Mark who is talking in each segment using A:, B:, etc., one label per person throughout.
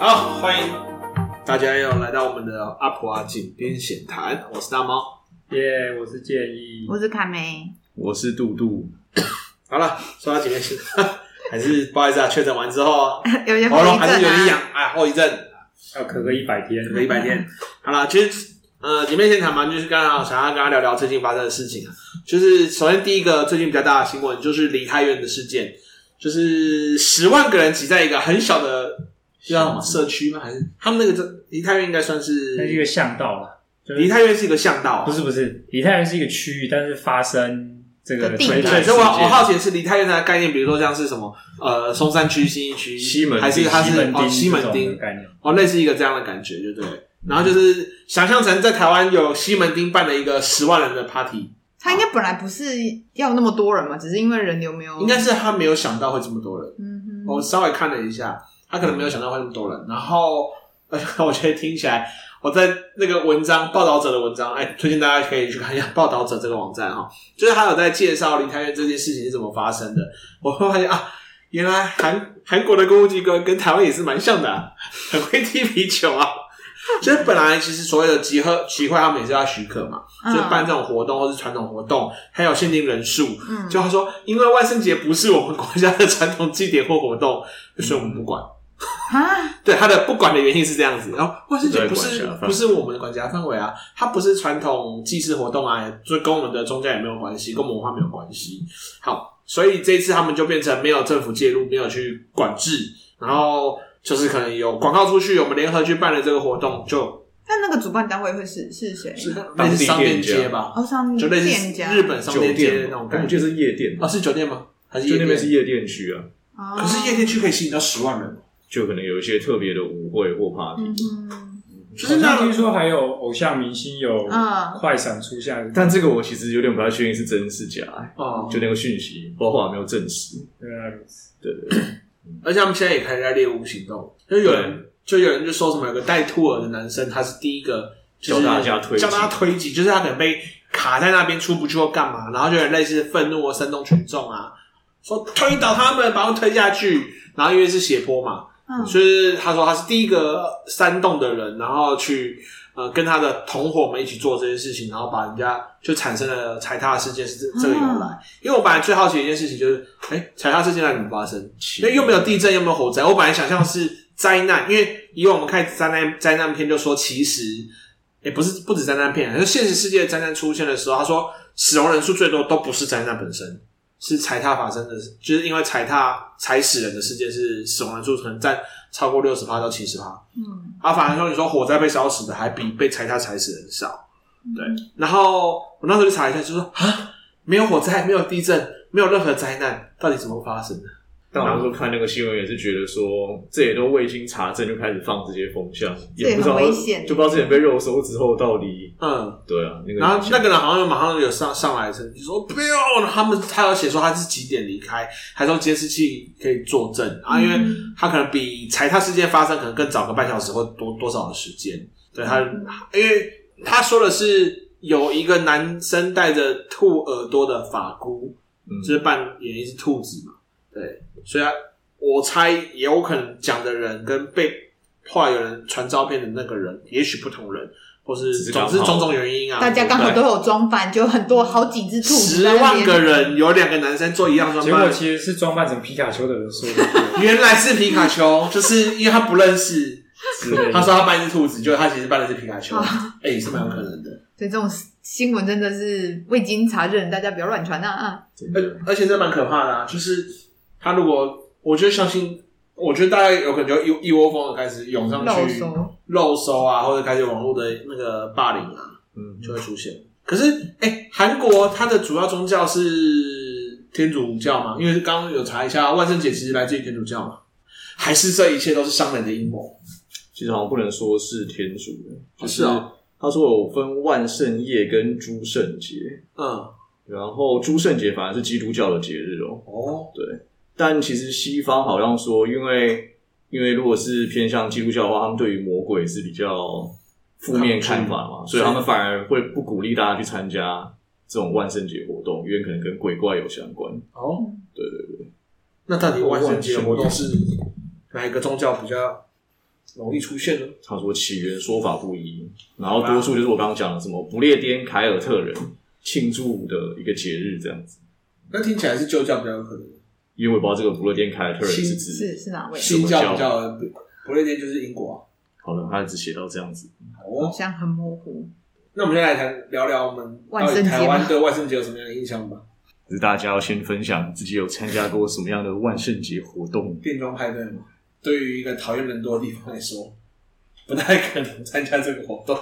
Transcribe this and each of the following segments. A: 好，欢迎大家又来到我们的阿婆阿井边闲谈，我是大猫。
B: 耶我是建议。
C: 我是凯梅，
D: 我是杜杜，
A: 好了，说到井边闲谈， 还是不好意思啊，确诊完之后
C: 有些
A: 喉
C: 后
A: 咙
C: 遗
A: 还是有点
C: 症
A: 痒
C: 啊。，
A: 哎，后遗症
B: 要咳个一百天，
A: 隔一百 天。好了，其实呃，姐妹闲谈嘛，就是刚好想要跟大家聊聊最近发生的事情啊。就是首先第一个最近比较大的新闻就是梨泰院的事件，就是十万个人挤在一个很小的叫什么社区吗？还是他们那个这梨泰院应该算是
B: 那是一个巷道啦。就是
A: 梨泰院是一个巷道啊，
B: 不是不是，梨泰院是一个区域，但是发生这个
C: 的地
B: 垂
C: 点
B: 坠
A: 对，
B: 事
A: 所以我我
B: 件，
A: 好奇的是梨泰院它的概念，比如说像是什么呃松山区、新一区、
D: 西门町
A: 还是它是哦西
B: 西
A: 门
B: 门町这种
A: 町
B: 的概念，
A: 哦，类似一个这样的感觉，就对了。然后就是想象成在台湾有西门町办了一个十万人的 party，
C: 他应该本来不是要那么多人嘛，只是因为人流没有，
A: 应该是哦他没有想到会这么多人。
C: 嗯
A: 我
C: 哼，
A: 稍微看了一下，他可能没有想到会那么多人。然后， 而且我觉得听起来，我在那个文章报道者的文章，哎，推荐大家可以去看一下报道者这个网站哈、就是他有在介绍林泰院这件事情是怎么发生的。我会发现啊，原来韩韩国的公务机关跟台湾也是蛮像的、啊， 很会踢皮球啊。就是本来其实所谓的集合集会，他们也是要许可嘛，就是办这种活动或是传统活动，还有限定人数，
C: 嗯，
A: 就他说，因为万圣节不是我们国家的传统祭典或活动，所以我们不管。
C: 啊，
A: 对他的不管的原因是这样子，然后万圣节不是
D: 不在管辖范围
A: 不是我们的管辖范围啊，它不是传统祭祀活动啊，就跟我们的宗教也没有关系，跟我们文化没有关系。好，所以这一次他们就变成没有政府介入，没有去管制，然后就是可能有广告出去，我们联合去办了这个活动，就
C: 但那个主办单位会是是谁？
A: 是
D: 当
A: 类
D: 地
A: 似商店
D: 店家
A: 街吧，
C: 哦，商
A: 就类
C: 店
A: 似
C: 家
A: 日本商店街
D: 吧
A: 那种
D: 但
A: 感
D: 我记
A: 觉。
D: 得是夜店，
A: 哦，是酒店吗？还是
D: 就
A: 夜
D: 那
A: 店？
D: 边是夜店区啊，
C: 哦
A: 可是夜店区可以吸引到十万人，
D: 就可能有一些特别的舞会或 party，
C: 嗯哼，
A: 就是
B: 好
A: 那
B: 像听说还有偶像明星有
C: 嗯
B: 快闪出现还是，
D: 但这个我其实有点不太确定是真是假，哎
A: 哦
D: 就那个讯息，不知道后来有没有证实。
B: 原来如此。
D: 对对对，
A: 而且他们现在也开始在猎物行动，就有人就有人就说什么有个带兔耳的男生，他是第一个、就是
D: 教大家推挤
A: 教大家推挤，就是他可能被卡在那边出不去或干嘛，然后就有人类似愤怒或煽动群众啊，说推倒他们，把他们推下去。然后因为是斜坡嘛，
C: 嗯，
A: 所以他说他是第一个煽动的人，然后去呃跟他的同伙们一起做这件事情，然后把人家就产生了踩踏事件是这这个由来。因为我本来最好奇的一件事情就是，哎，踩踏事件到底怎么发生？因为又没有地震，又没有火灾，我本来想象是灾难，因为以往我们看灾难灾难片就说，其实也不是不止灾难片，就现实世界的灾难出现的时候，他说死亡人数最多都不是灾难本身，是踩踏发生的，就是因为踩踏踩死人的事件是死亡人数可能占超过六十趴到七十趴，
C: 嗯，
A: 啊，反而说你说火灾被烧死的还比被踩踏踩死的人少。对
C: 嗯，
A: 然后我那时候就查一下，就说啊，没有火灾，没有地震，没有任何灾难，到底怎么发生的？
D: 但我那时候看那个新闻也是觉得说，这也都未经查证就开始放这些风向，
C: 这也
D: 也不知道
C: 很危险
D: 就不知道之前被肉搜之后到底
A: 嗯，
D: 对啊，那个
A: 然后那个人好像马上有上上来就说不要，然后他们他有写说他是几点离开，还说监视器可以作证啊，因为
C: 嗯
A: 他可能比踩踏事件发生可能更早个半小时或多多少的时间，对他
C: 嗯
A: 因为他说的是有一个男生戴着兔耳朵的法箍，
D: 嗯
A: 就是扮演一只兔子嘛，对，所以他啊我猜也有可能讲的人跟被后来有人传照片的那个人，也许不同人，或是
D: 只是
A: 总
D: 刚好
A: 之种种原因啊，
C: 大家刚好都有装扮，就很多好几只兔子
A: 十
C: 在那
A: 万
C: 边
A: 个，人有两个男生做一样装
B: 结果
A: 扮，
B: 其实是装扮成皮卡丘的人说 的，
A: 原来是皮卡丘，就是因为他不认识，
B: 之类
A: 他
B: 的。
A: 说他扮一只兔子，结果他其实扮的是皮卡丘，哎、
C: 啊
A: 也是蛮有可能的。
C: 所以这种新闻真的是未经查证，大家不要乱传啊啊！
D: 真的
A: 而而且这蛮可怕的啊，就是他如果，我觉得相信，我觉得大概有可能就一一窝蜂的开始涌上
C: 漏
A: 去
C: 搜，
A: 漏搜啊，或者开始网络的那个霸凌啊，
D: 嗯
A: 就会出现。可是，哎、韩国它的主要宗教是天主教嘛？因为刚刚有查一下，万圣节其实来自于天主教嘛，还是这一切都是商人的阴谋？
D: 其实好像不能说是天主的，
A: 哦
D: 就是
A: 啊
D: 他说有分万圣夜跟诸圣节，
A: 嗯，
D: 然后诸圣节反而是基督教的节日哦。
A: 哦，
D: 但其实西方好像说，因为因为如果是偏向基督教的话，他们对于魔鬼是比较负面看法嘛，
A: 是
D: 所以他们反而会不鼓励大家去参加这种万圣节活动，因为可能跟鬼怪有相关。
A: 哦，
D: 对对
A: 那到底万圣节的活动是哪一个宗教比较容易出现呢？
D: 他说起源说法不一，然后多数就是我刚刚讲的什么不列颠凯尔特人庆祝的一个节日这样子，
A: 那听起来是旧教比较有可能，
D: 因为我不知道这个不列颠凯尔特人是指
C: 是是哪位？
A: 新教比较有可能不列颠就是英国啊。
D: 好了，他只写到这样子。
A: 好
C: 好
A: 哦，
C: 像很模糊。
A: 那我们先来谈聊聊我们
C: 万
A: 到
C: 圣
A: 底
C: 节吗
A: 台湾对万圣节有什么样的印象吧？
D: 只是大家要先分享自己有参加过什么样的万圣节活动。
A: 变装派对嘛，对于一个讨厌人多的地方来说，不太可能参加这个活动。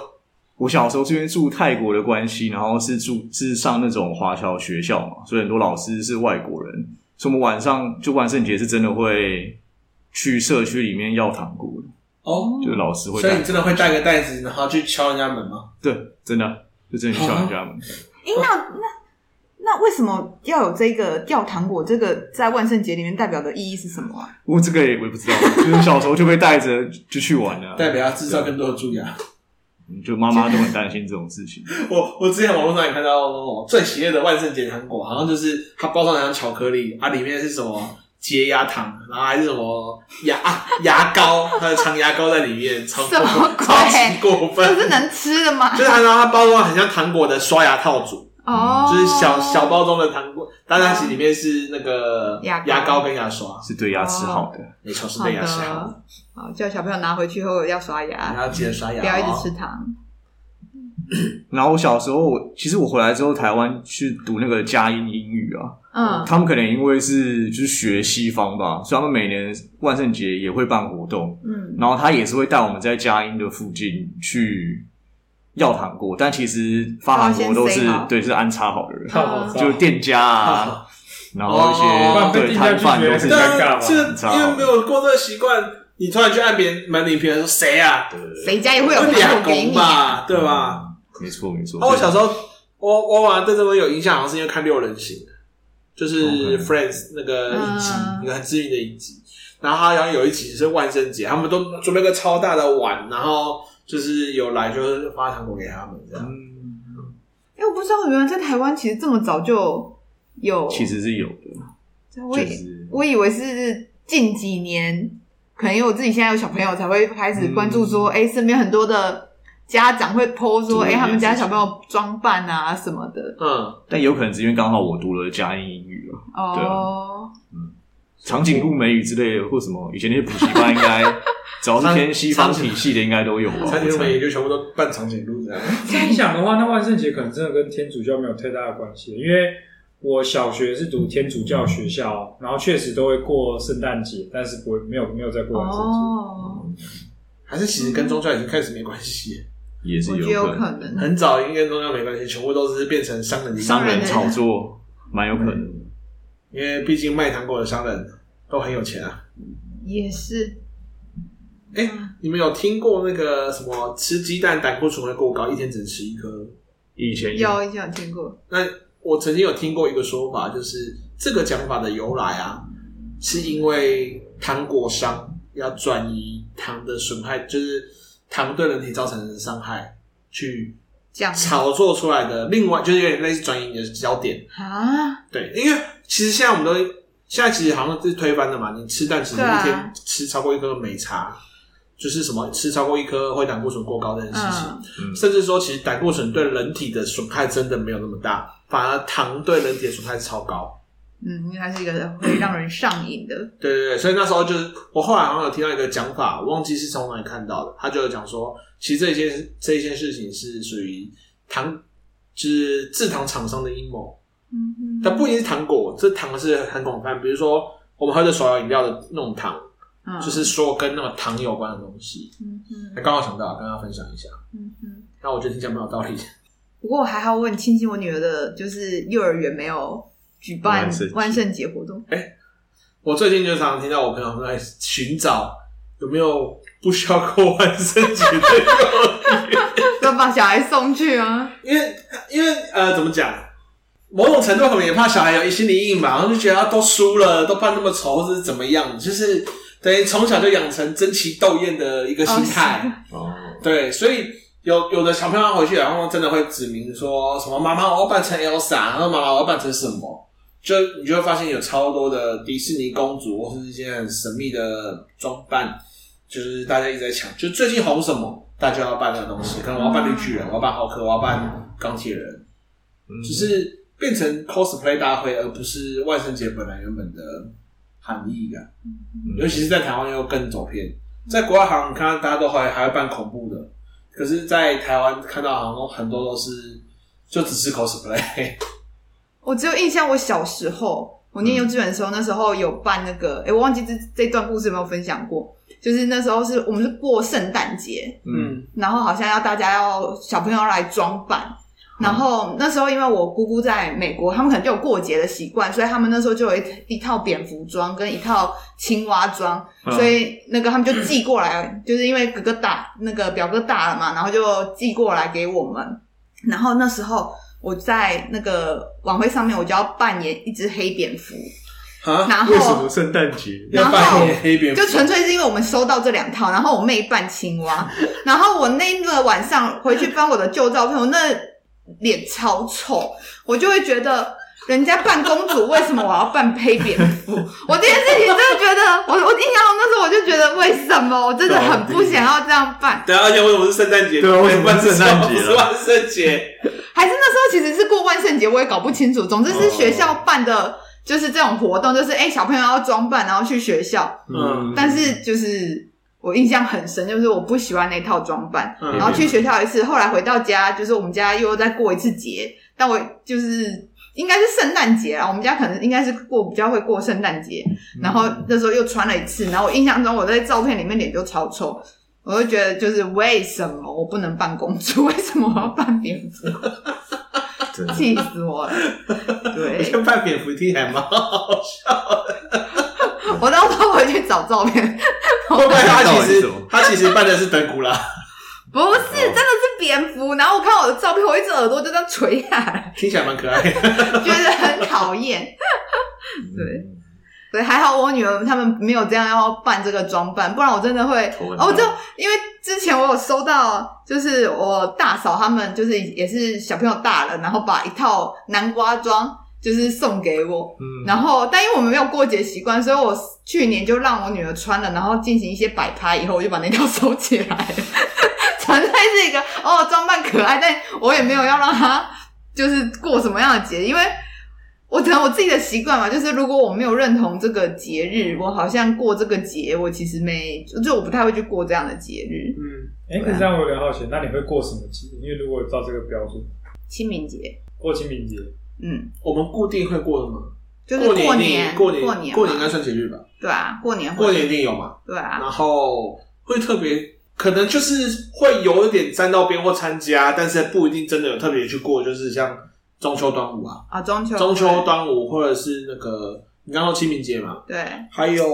D: 我小时候这边住泰国的关系，然后是住是上那种华侨学校嘛，所以很多老师是外国人，所以我们晚上就万圣节是真的会去社区里面要糖果的，
A: 哦，
D: 就是老师会
A: 所以
D: 带
A: 你，真的会带个袋子，然后去敲人家门吗？
D: 对，真的就真的去敲
A: 啊
D: 人家门。
C: 诶，那那那为什么要有这个掉糖果？这个在万圣节里面代表的意义是什么啊？
D: 我这个也我也不知道，就是小时候就被带着就去玩 了，
A: 代表要制造更多的蛀牙。
D: 嗯就妈妈都很担心这种事情。
A: 我我之前网络上也看到哦，最邪恶的万圣节糖果，好像就是它包装成像巧克力，啊，里面是什么洁牙糖，然后还是什么牙、啊牙膏，它的长牙膏在里面，超过
C: 什么鬼
A: 超级过
C: 这
A: 分。
C: 是能吃的 吗
A: 就？是它，然后它包装很像糖果的刷牙套组，
C: 哦，
A: 嗯就是小小包装的糖果，但它其实里面是那个
C: 牙膏
A: 牙膏跟牙刷，
D: 是对牙齿好的，
A: 没错，是
C: 好
A: 被牙齿好，
C: 的，好叫小朋友拿回去后要刷
A: 然
C: 牙，
A: 后记得刷牙、哦，
C: 不要一直吃糖。
D: 然后我小时候，我其实我回来之后，台湾去读那个佳音英语啊，
C: 嗯，
D: 他们可能因为是就是学西方吧，所以他们每年万圣节也会办活动，
C: 嗯，
D: 然后他也是会带我们在佳音的附近去要糖果，但其实发糖果都
C: 都要先
D: 是
C: 塞好
D: 对是安插好的人，
B: 套好
D: 就是店家啊， 然后一些、
A: 哦
B: 不然被
D: 对
B: 店家
D: 摊贩
B: 拒绝
D: 都是
B: 很尴
A: 但
B: 尬嘛
A: 啊是
D: 你知道
A: 因为没有过这个习惯，你突然去按别人门铃，别人说谁啊？
C: 谁家也会有
A: 就
C: 糖
A: 俩
C: 果给
A: 拱
C: 你啊？
A: 吧，对吧？？哦
D: 嗯没错没错。
A: 那我小时候，我我晚上对这个有印象，好像是因为看《六人行》，就是
D: 哦 OK
A: Friends 那个影集
C: 嗯，
A: 一个很知名的影集。然后好像有一集是万圣节，他们都准备个超大的碗，然后就是有来就是发糖果给他们这样。
D: 嗯
C: 哎，我不知道，原来在台湾其实这么早就有，
D: 其实是有的，
C: 我
D: 就
C: 以
D: 是
C: 我以为是近几年，可能因为我自己现在有小朋友，才会开始关注
D: 嗯
C: 说，哎、身边很多的家长会 PO 说，
D: 对
C: 哎、
D: 对
C: 他们家小朋友装扮啊什么的。
A: 嗯，
D: 但有可能是因为刚好我读了佳音英语啊。
C: 哦，
D: 长颈鹿美语之类的，或什么以前那些补习班应该，只要是偏西方体系的应该都有吧。
A: 餐厅们
D: 我猜
A: 也就全部都扮长颈鹿这样。
B: 这样想的话，那万圣节可能真的跟天主教没有太大的关系，因为我小学是读天主教学校，然后确实都会过圣诞节，但是不会没有没有在
D: 啊
B: 过万圣节。
C: 哦，
A: 还是其实跟宗教已经开始没关系，
D: 也是
C: 我觉得
D: 有
C: 有
D: 可能，
C: 可能。
A: 很早已经跟宗教没关系，全部都是变成商人的
D: 商人炒作蛮有可能的。
A: 因为毕竟卖糖果的商人都很有钱啊。
C: 也是，嗯
A: 哎、你们有听过那个什么吃鸡蛋胆固醇会过高，一天只能吃一颗？
D: 以前
C: 有以前有听过，
A: 那我曾经有听过一个说法，就是这个讲法的由来啊，是因为糖果商要转移糖的损害，就是糖对人体造成的伤害，去
C: 这样
A: 炒作出来的。另外就是有点类似转移你的焦点。
C: 啊，
A: 对，因为其实现在我们都现在其实好像是推翻的嘛，你吃蛋其实
C: 对
A: 一
C: 啊
A: 天吃超过一颗没差，就是什么吃超过一颗会胆固醇过高这件事情，
C: 嗯，
D: 嗯
A: 甚至说其实胆固醇对人体的损害真的没有那么大，反而糖对人体的损害是超高。
C: 嗯，因为它是一个会让人上瘾的，
A: 对对对，所以那时候就是我后来好像有听到一个讲法，我忘记是从哪里看到的，他就有讲说，其实这一件这一件事情是属于糖，就是制糖厂商的阴谋。
C: 嗯，
A: 但不一定是糖果，这糖是很广泛，比如说我们喝的手摇饮料的那种糖，
C: 嗯
A: 就是说跟那个糖有关的东西。
C: 嗯嗯
A: 那刚好想到，跟大家分享一下。
C: 嗯嗯。
A: 那我觉得听起来蛮有道理的。
C: 不过我还好，我很庆幸我女儿的就是幼儿园没有举办
D: 万圣节
C: 万圣节活动。
A: 我最近就常常听到我朋友在寻找有没有不需要过万圣节的幼儿
C: 要把小孩送去啊。
A: 因为因为呃，怎么讲？某种程度可能也怕小孩有心理阴影吧，然后就觉得他啊都输了，都办那么丑，或者是怎么样，就是等于从小就养成争奇斗艳的一个心态。
D: 哦，
A: 对，所以有有的小朋友回去，然后真的会指明说什么妈妈我要扮成 Elsa，然后妈妈我要扮成什么，就你就会发现有超多的迪士尼公主或是一些很神秘的装扮，就是大家一直在抢，就最近红什么，大家要办那个东西，可能我要办绿巨人，我要办浩克，我要办钢铁人，
D: 嗯
A: 只是变成 cosplay 大会，而不是万圣节本来原本的含义啊。
C: 嗯
A: 尤其是在台湾又更走偏，在国外好像看到大家都还还会办恐怖的，可是，在台湾看到好像很多都是就只是 cosplay，
C: 我只有印象，我小时候我念幼稚园的时候，那时候有办那个，哎、我忘记这这段故事有没有分享过。就是那时候是我们是过圣诞节，
D: 嗯，
C: 然后好像要大家要小朋友来装扮。
D: 嗯
C: 然后那时候因为我姑姑在美国，他们可能就有过节的习惯，所以他们那时候就有一一套蝙蝠装跟一套青蛙装，
D: 嗯
C: 所以那个他们就寄过来，就是因为哥哥大那个表哥大了嘛，然后就寄过来给我们。然后那时候我在那个晚会上面，我就要扮演一只黑蝙蝠，
A: 啊，
C: 然
D: 为什
C: 后
D: 么圣诞节
C: 然
A: 要
C: 后
A: 扮演黑蝙蝠，
C: 就纯粹是因为我们收到这两套，然后我妹扮青蛙，然后我那个晚上回去翻我的旧照片，我那脸超丑，我就会觉得。人家扮公主，为什么我要扮黑蝙蝠？我这件事情真的觉得，我我印象中那时候我就觉得，为什么我真的很不想要这样扮？
A: 对啊，而且为什么是圣诞节？
D: 对啊为什么是圣诞节啊
A: 不是万圣节？
C: 还是那时候其实是过万圣节，我也搞不清楚。总之是学校办的，就是这种活动，就是哎、小朋友要装扮，然后去学校。
A: 嗯
C: 但是就是我印象很深，就是我不喜欢那套装扮，
A: 嗯
C: 然后去学校一次，后来回到家，就是我们家又再过一次节，但我就是应该是圣诞节啊，我们家可能应该是过比较会过圣诞节，
A: 嗯
C: 然后那时候又穿了一次，然后我印象中我在照片里面脸就超臭。我就觉得，就是为什么我不能扮公主？为什么我要扮蝙蝠？
D: 真的
C: 气死我了！
A: 我觉
C: 对，
A: 得扮蝙蝠听起来蛮好笑的，
C: 我到时候回去找照片，
A: 会不会他
D: 到底
A: 其
D: 是
A: 实
D: 什么
A: 他其实扮的是德古拉，
C: 不是，真的是蝙蝠。然后我看我的照片，我一只耳朵就这样垂下来，
A: 听起来蛮可爱的。
C: 觉得很讨厌。嗯对对，还好我女儿他们没有这样要办这个装扮，不然我真的会
D: 头很大
C: 哦，我就因为之前我有收到，就是我大嫂他们就是也是小朋友大了，然后把一套南瓜装就是送给我，
D: 嗯
C: 然后但因为我们没有过节习惯，所以我去年就让我女儿穿了，然后进行一些摆拍，以后我就把那套收起来 了，纯粹是一个哦装扮可爱，但我也没有要让她就是过什么样的节，因为我可能我自己的习惯嘛，就是如果我没有认同这个节日，我好像过这个节，我其实没就我不太会去过这样的节日，
A: 嗯，
B: 哎、可是这样我有点好奇，那你会过什么节？因为如果照这个标准，
C: 清明节，
B: 过清明节，
C: 嗯，
A: 我们固定会过的吗？
C: 就是
A: 过
C: 年
A: 过
C: 年过
A: 年
C: 过
A: 过年应该算节日吧？
C: 对啊，过年会
A: 过年一定有嘛？
C: 对啊，
A: 然后会特别，可能就是会有一点沾到边或参加，但是不一定真的有特别去过，就是像中秋、端午啊，
C: 啊中秋
A: 中秋、端午或者是那个你刚说清明节嘛，
C: 对
A: 还有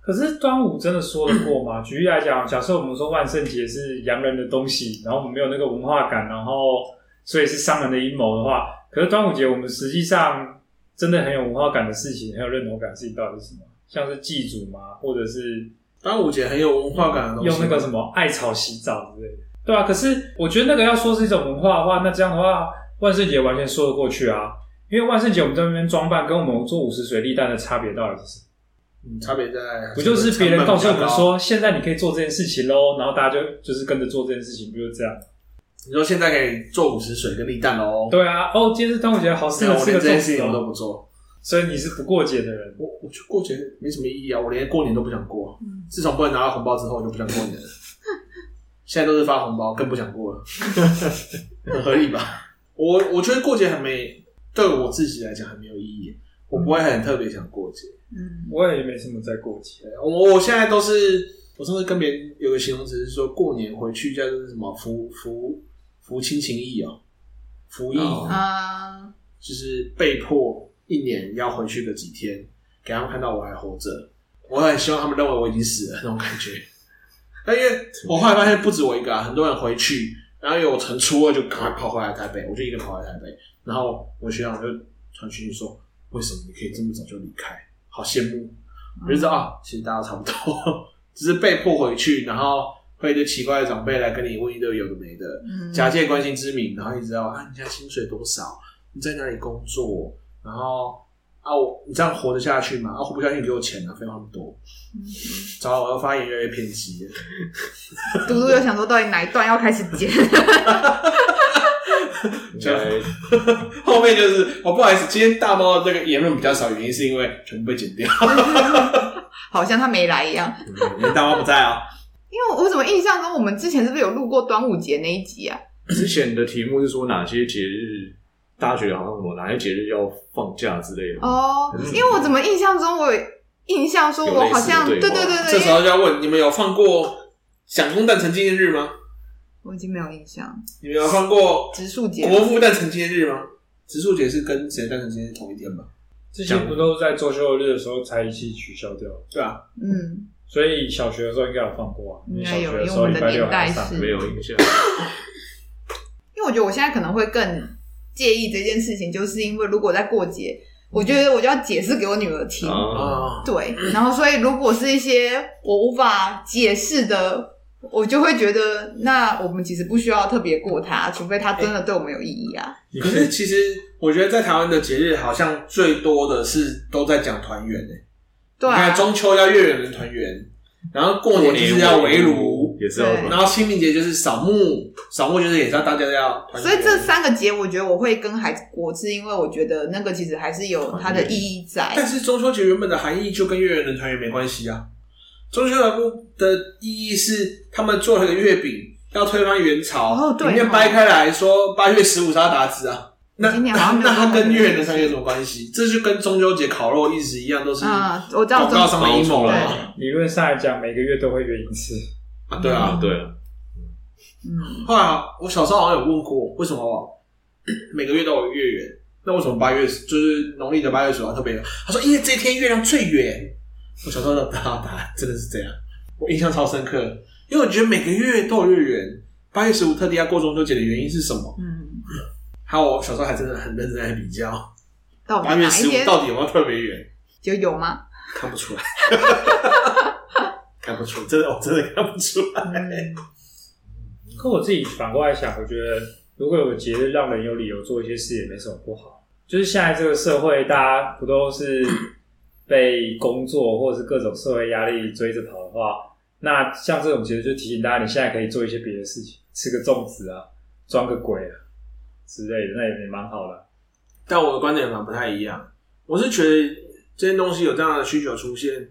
B: 可是端午真的说得过吗？举例来讲，假设我们说万圣节是洋人的东西，然后我们没有那个文化感，然后所以是商人的阴谋的话，可是端午节我们实际上真的很有文化感的事情，很有认同感的事情到底是什么？像是祭祖嘛，或者是
A: 端午节很有文化感的东西，
B: 用那个什么艾草洗澡之类的，对啊。可是我觉得那个要说是一种文化的话，那这样的话，万圣节完全说得过去啊。因为万圣节我们在那边装扮，跟我们做五十水立蛋的差别到底是什么？
A: 嗯差别在
B: 不就是别人告诉
A: 成
B: 我们
A: 本比较高，
B: 说，现在你可以做这件事情喽，然后大家就就是跟着做这件事情，不就这样？
A: 你说现在可以做五十水跟立蛋喽？
B: 对啊，哦，今天是端午节，好适
A: 没有，
B: 合
A: 哎我连
B: 吃个
A: 这
B: 粽
A: 件事
B: 子
A: 情我都
B: 哦。
A: 不做。
B: 所以你是不过节的人，
A: 我我觉得过节没什么意义啊，我连过年都不想过。自从不能拿到红包之后，我就不想过年了。 现在都是发红包，更不想过了， 很合理吧？我我觉得过节很没，对我自己来讲很没有意义，我不会很特别想过节。
C: 嗯
B: 我也没什么在过节。
A: 我我现在都是，我上次跟别人有个形容词是说，过年回去叫做什么服服服亲情义哦，服役、
D: 哦
C: 啊。
A: 就是被迫一年要回去个几天，给他们看到我还活着，我很希望他们认为我已经死了那种感觉。 但因为我后来发现不止我一个啊，很多人回去，然后有从初二就赶快跑回来台北，我就一个人跑回来台北，然后我学长就传讯息说，为什么你可以这么早就离开？好羡慕！我就知道啊，其实大家差不多， 只是被迫回去，然后会一堆奇怪的长辈来跟你问一堆有的没的，
C: 嗯
A: 假借关心之名，然后一直要啊，你家薪水多少？你在哪里工作？然后啊，我你这样活得下去吗？啊，活不下去你给我钱啊，废话那么多。早我要发言越来越偏激了，
C: 嘟嘟又想说，到底哪一段要开始 剪？
D: 应该
A: 后面就是哦，不好意思，今天大猫的这个言论比较少，原因是因为全部被剪掉，
C: 好像他没来一样。
A: 因为大猫不在啊。
C: 因为我怎么印象中我们之前是不是有录过端午节那一集啊？
D: 之前的题目是说哪些节日，大学好像什么哪些节日要放假之类的。
C: 哦，因为我怎么印象中我有印象说我好像
D: 嗯有
C: 对
D: 类
C: 对
D: 似的对话
C: 对
A: 这
C: 对，
A: 时
C: 因为
A: 候就要问你们有放过蒋公诞辰纪念日吗？
C: 我已经没有印象。
A: 你们有放过
C: 植树节
D: 哦
A: 国父诞辰纪念日吗？植树节是跟谁诞辰纪念日同一天吧？
B: 这些不都是在周休日的时候才一起取消掉？
A: 对啊，
C: 嗯，
B: 所以小学的时候应该有放过啊，因为
C: 应
B: 小
C: 该有
B: 学的
C: 因
B: 时
C: 为
B: 候
C: 我
B: 礼
C: 们的
B: 拜六
C: 年代
B: 还上。
C: 是
D: 没有印象，
C: 因为我觉得我现在可能会更介意这件事情，就是因为如果在过节，我觉得我就要解释给我女儿听。
D: 啊，
A: 啊，
C: 对，然后所以如果是一些我无法解释的，我就会觉得那我们其实不需要特别过它，除非它真的对我们有意义啊。
A: 可是其实我觉得在台湾的节日好像最多的是都在讲团圆诶。
C: 对
A: 你看
C: 啊，
A: 中秋要月圆人团圆，然后过年就是要围炉，
D: 也是要
C: 对
A: 然后清明节就是扫墓，扫墓就是也是要大家要团圆。
C: 所以这三个节我觉得我会跟孩子过，是因为我觉得那个其实还是有它的意义在。
A: 但是中秋节原本的含义就跟月圆人团圆没关系啊。中秋节的意义是他们做了个月饼，要推翻元朝，
C: 哦对
A: 里面
C: 哦
A: 掰开来说八月十五是要打字啊。那
C: 今年好像没有
A: 那它跟
C: 这么
A: 月圆人团圆有什么关系？这就跟中秋节烤肉意思一样，都是广
C: 啊、我知道
A: 告上
C: 中
A: 的阴谋了
C: 对
A: 嘛。
B: 理论上来讲，每个月都会约一次。
A: 啊，对啊
D: 啊，。对啊，
C: 嗯，
A: 后来啊我小时候好像有问过，为什么 每个月都有月圆？那为什么八月就是农历的八月十五号特别圆？他说因为这一天月亮最圆。我小时候的答答真的是这样，我印象超深刻，因为我觉得每个月都有月圆。八月十五特地要过中秋节的原因是什么？
C: 嗯，
A: 还有我小时候还真的很认真在比较，
C: 到底
A: 八
C: 哪
A: 月
C: 一
A: 十五
C: 天
A: 到底有没有特别圆？
C: 就有吗？
A: 看不出来， 看不出，真的我真的看不出来。
C: 嗯
B: 可我自己反过来想，我觉得如果有节日让人有理由做一些事，也没什么不好。就是现在这个社会，大家不都是被工作或者是各种社会压力追着跑的话，那像这种节日就提醒大家，你现在可以做一些别的事情，吃个粽子啊，装个鬼啊之类的，那也蛮好的。
A: 但我的观点反而不太一样。我是觉得这些东西有这样的需求出现，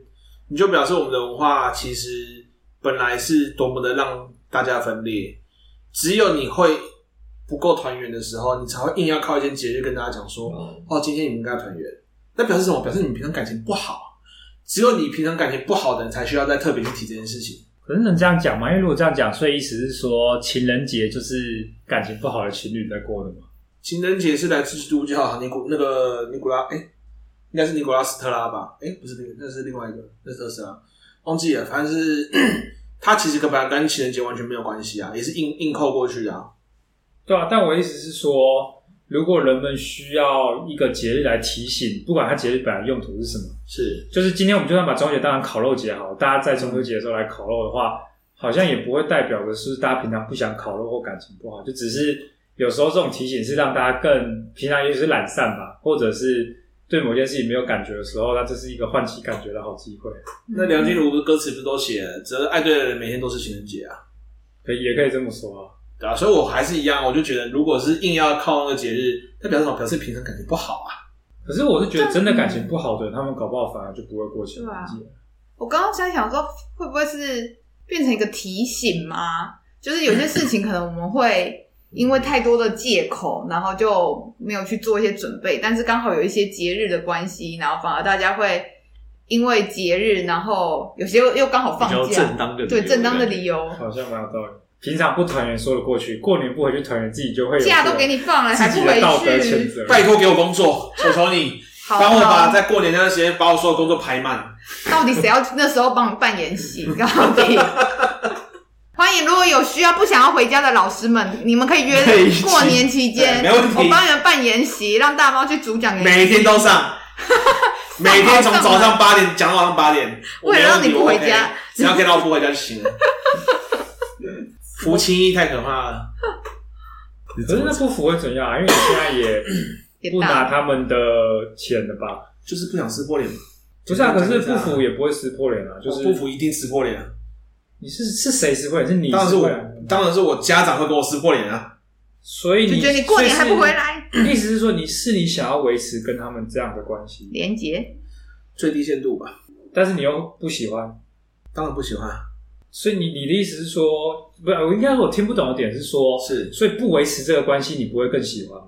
A: 你就表示我们的文化其实本来是多么的让大家分裂。只有你会不够团圆的时候，你才会硬要靠一些节日跟大家讲说：“哦，今天你们应该团圆。”那表示什么？表示你们平常感情不好。只有你平常感情不好的人，才需要再特别去提这件事情。
B: 可是能这样讲吗？因为如果这样讲，所以意思是说，情人节就是感情不好的情侣在过的嘛？
A: 情人节是来自基督教，尼古那个尼古拉，哎、应该是尼古拉斯特拉吧？哎、不是那个，那是另外一个，那是特斯拉，忘记了。反正是他其实跟本来跟情人节完全没有关系啊，也是硬硬扣过去的、啊。
B: 对啊，但我意思是说，如果人们需要一个节日来提醒，不管它节日本来用途是什么，
A: 是，
B: 就是今天我们就算把中秋节当成烤肉节好了，大家在中秋节的时候来烤肉的话，好像也不会代表的是大家平常不想烤肉或感情不好，就只是有时候这种提醒是让大家更平常，也许是懒散吧，或者是对某件事情没有感觉的时候，那这是一个唤起感觉的好机会，
C: 嗯
A: 那梁静茹的歌词不是都写了，只要爱对的人，每天都是情人节啊，
B: 可以也可以这么说啊。
A: 对啊，所以我还是一样，我就觉得，如果是硬要靠那个节日，那表示什么？表示平常感情不好啊。
B: 可是我是觉得，真的感情不好的人，他们搞不好反而就不会过情人节。
C: 我刚刚在想说，会不会是变成一个提醒吗？就是有些事情可能我们会因为太多的借口，然后就没有去做一些准备，但是刚好有一些节日的关系，然后反而大家会因为节日，然后有些又刚好
D: 比较
C: 放
D: 正
C: 假，
D: 当的理由
C: 对正当的理由，
B: 好像蛮有道理。平常不团圆说得过去，过年不回去团圆，自己就会有
C: 假都给你放了，还
B: 自
C: 不
B: 己的道德
C: 回
B: 谴
C: 去，
B: 责。
A: 拜托给我工作，求求你，
C: 好
A: 帮我把
C: 好，
A: 在过年那段时间把我所有工作排满。
C: 到底谁要那时候帮你扮演戏？到底？欢迎，如果有需要不想要回家的老师们，你们可以约
A: 可以一起
C: 过年期间，
A: 对没问题
C: 我帮你们办研习，让大猫去主讲研习，
A: 每天都 上，每天从早上八点讲到晚上八点，
C: 为了让你不回家
A: 我没问题，我 OK，只要可以让我不回家就 行了。服青衣太可怕了，
B: 可是那不服会怎样啊？因为你现在也
C: 也
B: 不拿
C: 大，
B: 他们的钱了吧？
A: 就是不想撕破脸嘛。
B: 不是啊，可是不
A: 不
B: 服也不会撕破脸啊，就是
A: 哦不服一定撕破脸啊，
B: 你是是谁撕破脸？是你
A: 当然是
B: 撕破
A: 我
B: 脸，，
A: 当然是我家长会跟我撕破脸啊。
B: 所以
C: 就
B: 你
C: 觉得你过年还不回，来，
B: 所以是意思是说你是你想要维持跟他们这样的关系，
C: 连结
A: 最低限度吧，
B: 但是你又不喜欢，
A: 当然不喜欢啊，
B: 所以你你的意思是说，不，我应该说我听不懂的点是说，
A: 是
B: 所以不维持这个关系，你不会更喜欢吗？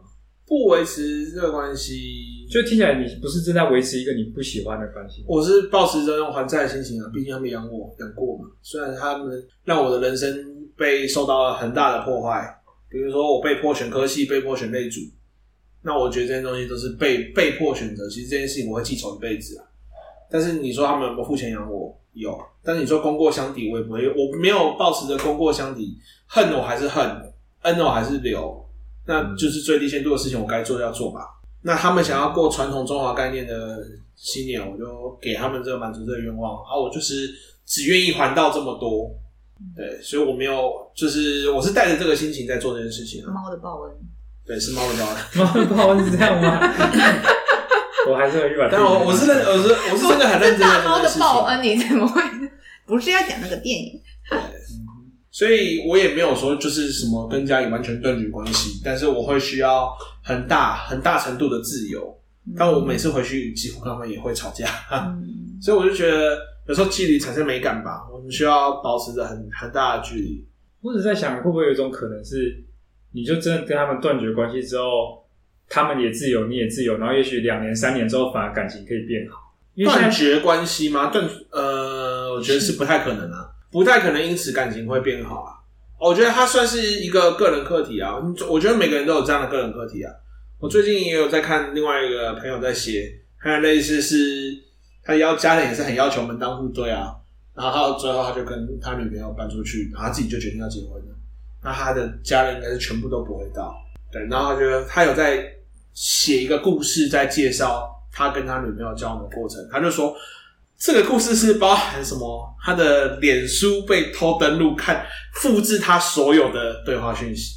A: 不维持这个关系，
B: 就听起来你不是正在维持一个你不喜欢的关 系。
A: 我是抱持着那种还债的心情啊，毕竟他们养我养过嘛，虽然他们让我的人生被受到了很大的破坏，比如说我被迫选科系，被迫选类组，那我觉得这些东西都是被被迫选择，其实这件事情我会记仇一辈子啊。但是你说他们有没有付钱养我？有，啊但是你说功过相抵，我也不会，我没有抱持着功过相抵，恨我还是恨，恩我还是留，
C: 嗯
A: 那就是最低限度的事情，我该做要做吧。那他们想要过传统中华概念的新年，我就给他们这个满足这个愿望啊，我就是只愿意还到这么多，
C: 嗯
A: 对，所以我没有，就是我是带着这个心情在做这件事情啊，
C: 猫的报恩，
A: 对，是猫的 猫的，
B: 妈的，报恩是这样吗？ 我还是很软。
A: 但啊我我是认，我是我是真的很认真地
C: 大猫
A: 做这件
C: 的
A: 事情
C: 报恩，你怎么会？不是要讲那个电影，
A: 所以我也没有说就是什么跟家里完全断绝关系，但是我会需要很大很大程度的自由，但我啊每次回去几乎跟他们也会吵架。
C: 嗯
A: 所以我就觉得有时候距离产生美感吧，我们需要保持着很很大的距离。
B: 我只在想，会不会有一种可能是，你就真的跟他们断绝关系之后，他们也自由，你也自由，然后也许两年、三年之后，反而感情可以变好。因为现
A: 断
B: 在
A: 绝关系吗？断呃，我觉得是不太可能啊，不太可能因此感情会变好啊。我觉得它算是一个个人课题啊，我觉得每个人都有这样的个人课题啊。我最近也有在看另外一个朋友在写，还有类似是他要家人也是很要求门当户对啊，然后最后他就跟他女朋友搬出去，然后他自己就决定要结婚了。那他的家人应该是全部都不会到，对，然后他觉得他有在写一个故事，在介绍他跟他女朋友交往的过程。他就说，这个故事是包含什么？他的脸书被偷登录，看复制他所有的对话讯息，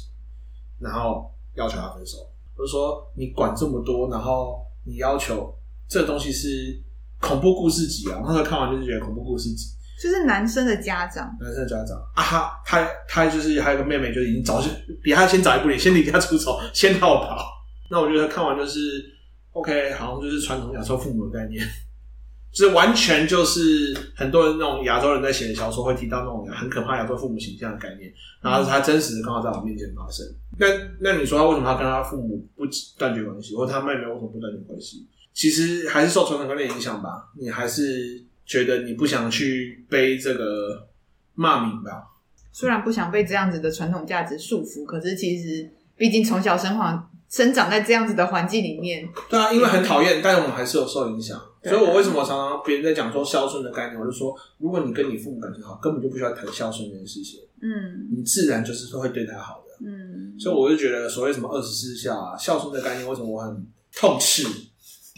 A: 然后要求他分手。我就说，你管这么多，然后你要求这东西是恐怖故事集啊！我那时候看完就是觉得恐怖故事集。
C: 就是男生的家长，
A: 男生的家长啊，他他他就是还有个妹妹，就已经早就比他先早一步，你先离家出走，先绕跑。 那我觉得看完就是 OK，好像就是传统亚洲父母的概念， 就是完全就是很多人那种亚洲人在写的小说会提到那种很可怕亚洲父母形象的概念，然后他真实的刚好在我面前发生。那那你说他为什么他跟他父母不断绝关系，或者他妹妹为什么不断绝关系？其实还是受传统观念影响吧，你还是觉得你不想去背这个骂名吧？
C: 虽然不想被这样子的传统价值束缚，可是其实毕竟从小生环生长在这样子的环境里面，
A: 对啊，因为很讨厌，但是我们还是有受影响。
C: 对
A: 所以我为什么常常别人在讲说孝顺的概念，我就说，如果你跟你父母感情好，根本就不需要谈孝顺这件事情，
C: 嗯
A: 你自然就是会对他好的。
C: 嗯，
A: 所以我就觉得，所谓什么二十四孝啊，孝顺的概念，为什么我很痛斥？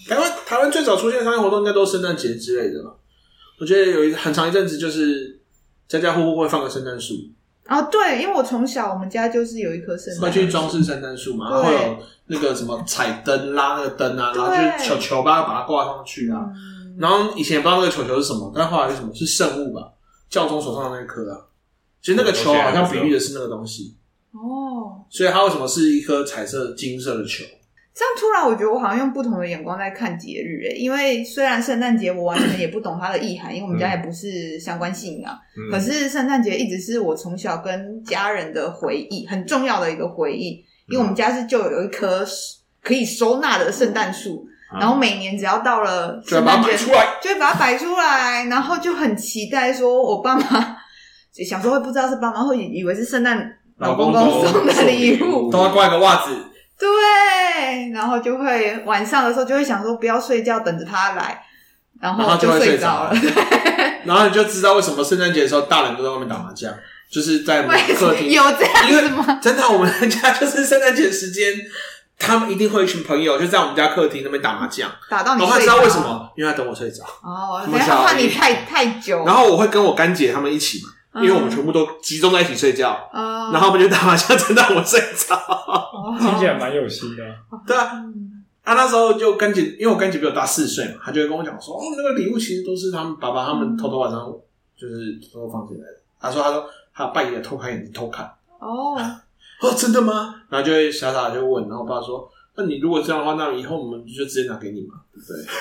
A: 台湾台湾最早出现商业活动应该都是圣诞节之类的吧？我觉得有一很长一阵子就是家家户户会放个圣诞树，
C: 啊，对，因为我从小我们家就是有一棵圣
A: 会
C: 诞
A: 去
C: 树，
A: 装饰圣诞树嘛，然
C: 对
A: 后有那个什么彩灯啦、那个灯啊，然后就
C: 对
A: 是球球吧把它挂上去啊。
C: 嗯
A: 然后以前也不知道那个球球是什么，但后来是什么？是圣物吧？教宗手上的那一颗啊。其实那个球好像比喻的是那个东西，
C: 哦，
A: 所以它为什么是一颗彩色金色的球？
C: 这样突然我觉得我好像用不同的眼光在看节日，诶，因为虽然圣诞节我完全也不懂它的意涵，因为我们家也不是相关信仰，
D: 嗯
C: 可是圣诞节一直是我从小跟家人的回忆，很重要的一个回忆，
A: 嗯
C: 因为我们家是就有一棵可以收纳的圣诞树，
D: 嗯
C: 然后每年只要到了
A: 就要
C: 圣
A: 把
C: 诞
A: 它
C: 节
A: 摆，出来。
C: 就会把它摆出来，然后就很期待说，我爸妈小时候会不知道是爸妈会以为是圣诞老公
A: 老公公
C: 公送的礼物，
A: 都要挂一个袜子，
C: 哦对，然后就会晚上的时候就会想说不要睡觉，等着他来，
A: 然
C: 然
A: 后
C: 后
A: 就会
C: 睡
A: 睡着
C: 着
A: 了。 然后你就知道为什么圣诞节的时候大人都在外面打麻将，就是 在某个 客
C: 会
A: 厅
C: 有这样
A: 因为
C: 子吗？
A: 真的，我们家就是圣诞节时间，他们一定会有一群朋友就在我们家客厅那边打麻将。
C: 打哦到你
A: 然后哦
C: 睡
A: 知
C: 着？
A: 道为什？么？因为他等我睡着。
C: 哦，
A: 他
C: 等
A: 们
C: 一
A: 想
C: 下
A: 要
C: 怕你
A: 赢
C: 太太久。
A: 然后我会跟我干姐他们一起嘛，因为
C: 嗯
A: 我们全部都集中在一起睡觉，
C: 啊，
A: 然后我们就打麻将，直到我睡着。
C: 哦
B: 听起来蛮有心的啊，
A: 对啊，
C: 嗯
A: 啊，那时候就跟姐，因为我跟姐比我大四岁嘛，她就会跟我讲说，哦，那个礼物其实都是他们爸爸他们
C: 嗯
A: 偷偷晚上就是偷偷放进来的。她说，她说她半夜偷开眼睛偷看，
C: 哦，
A: 哦，真的吗？然后就会傻傻地就问，然后我爸说，那你如果这样的话，那以后我们就直接拿给你嘛，对不对？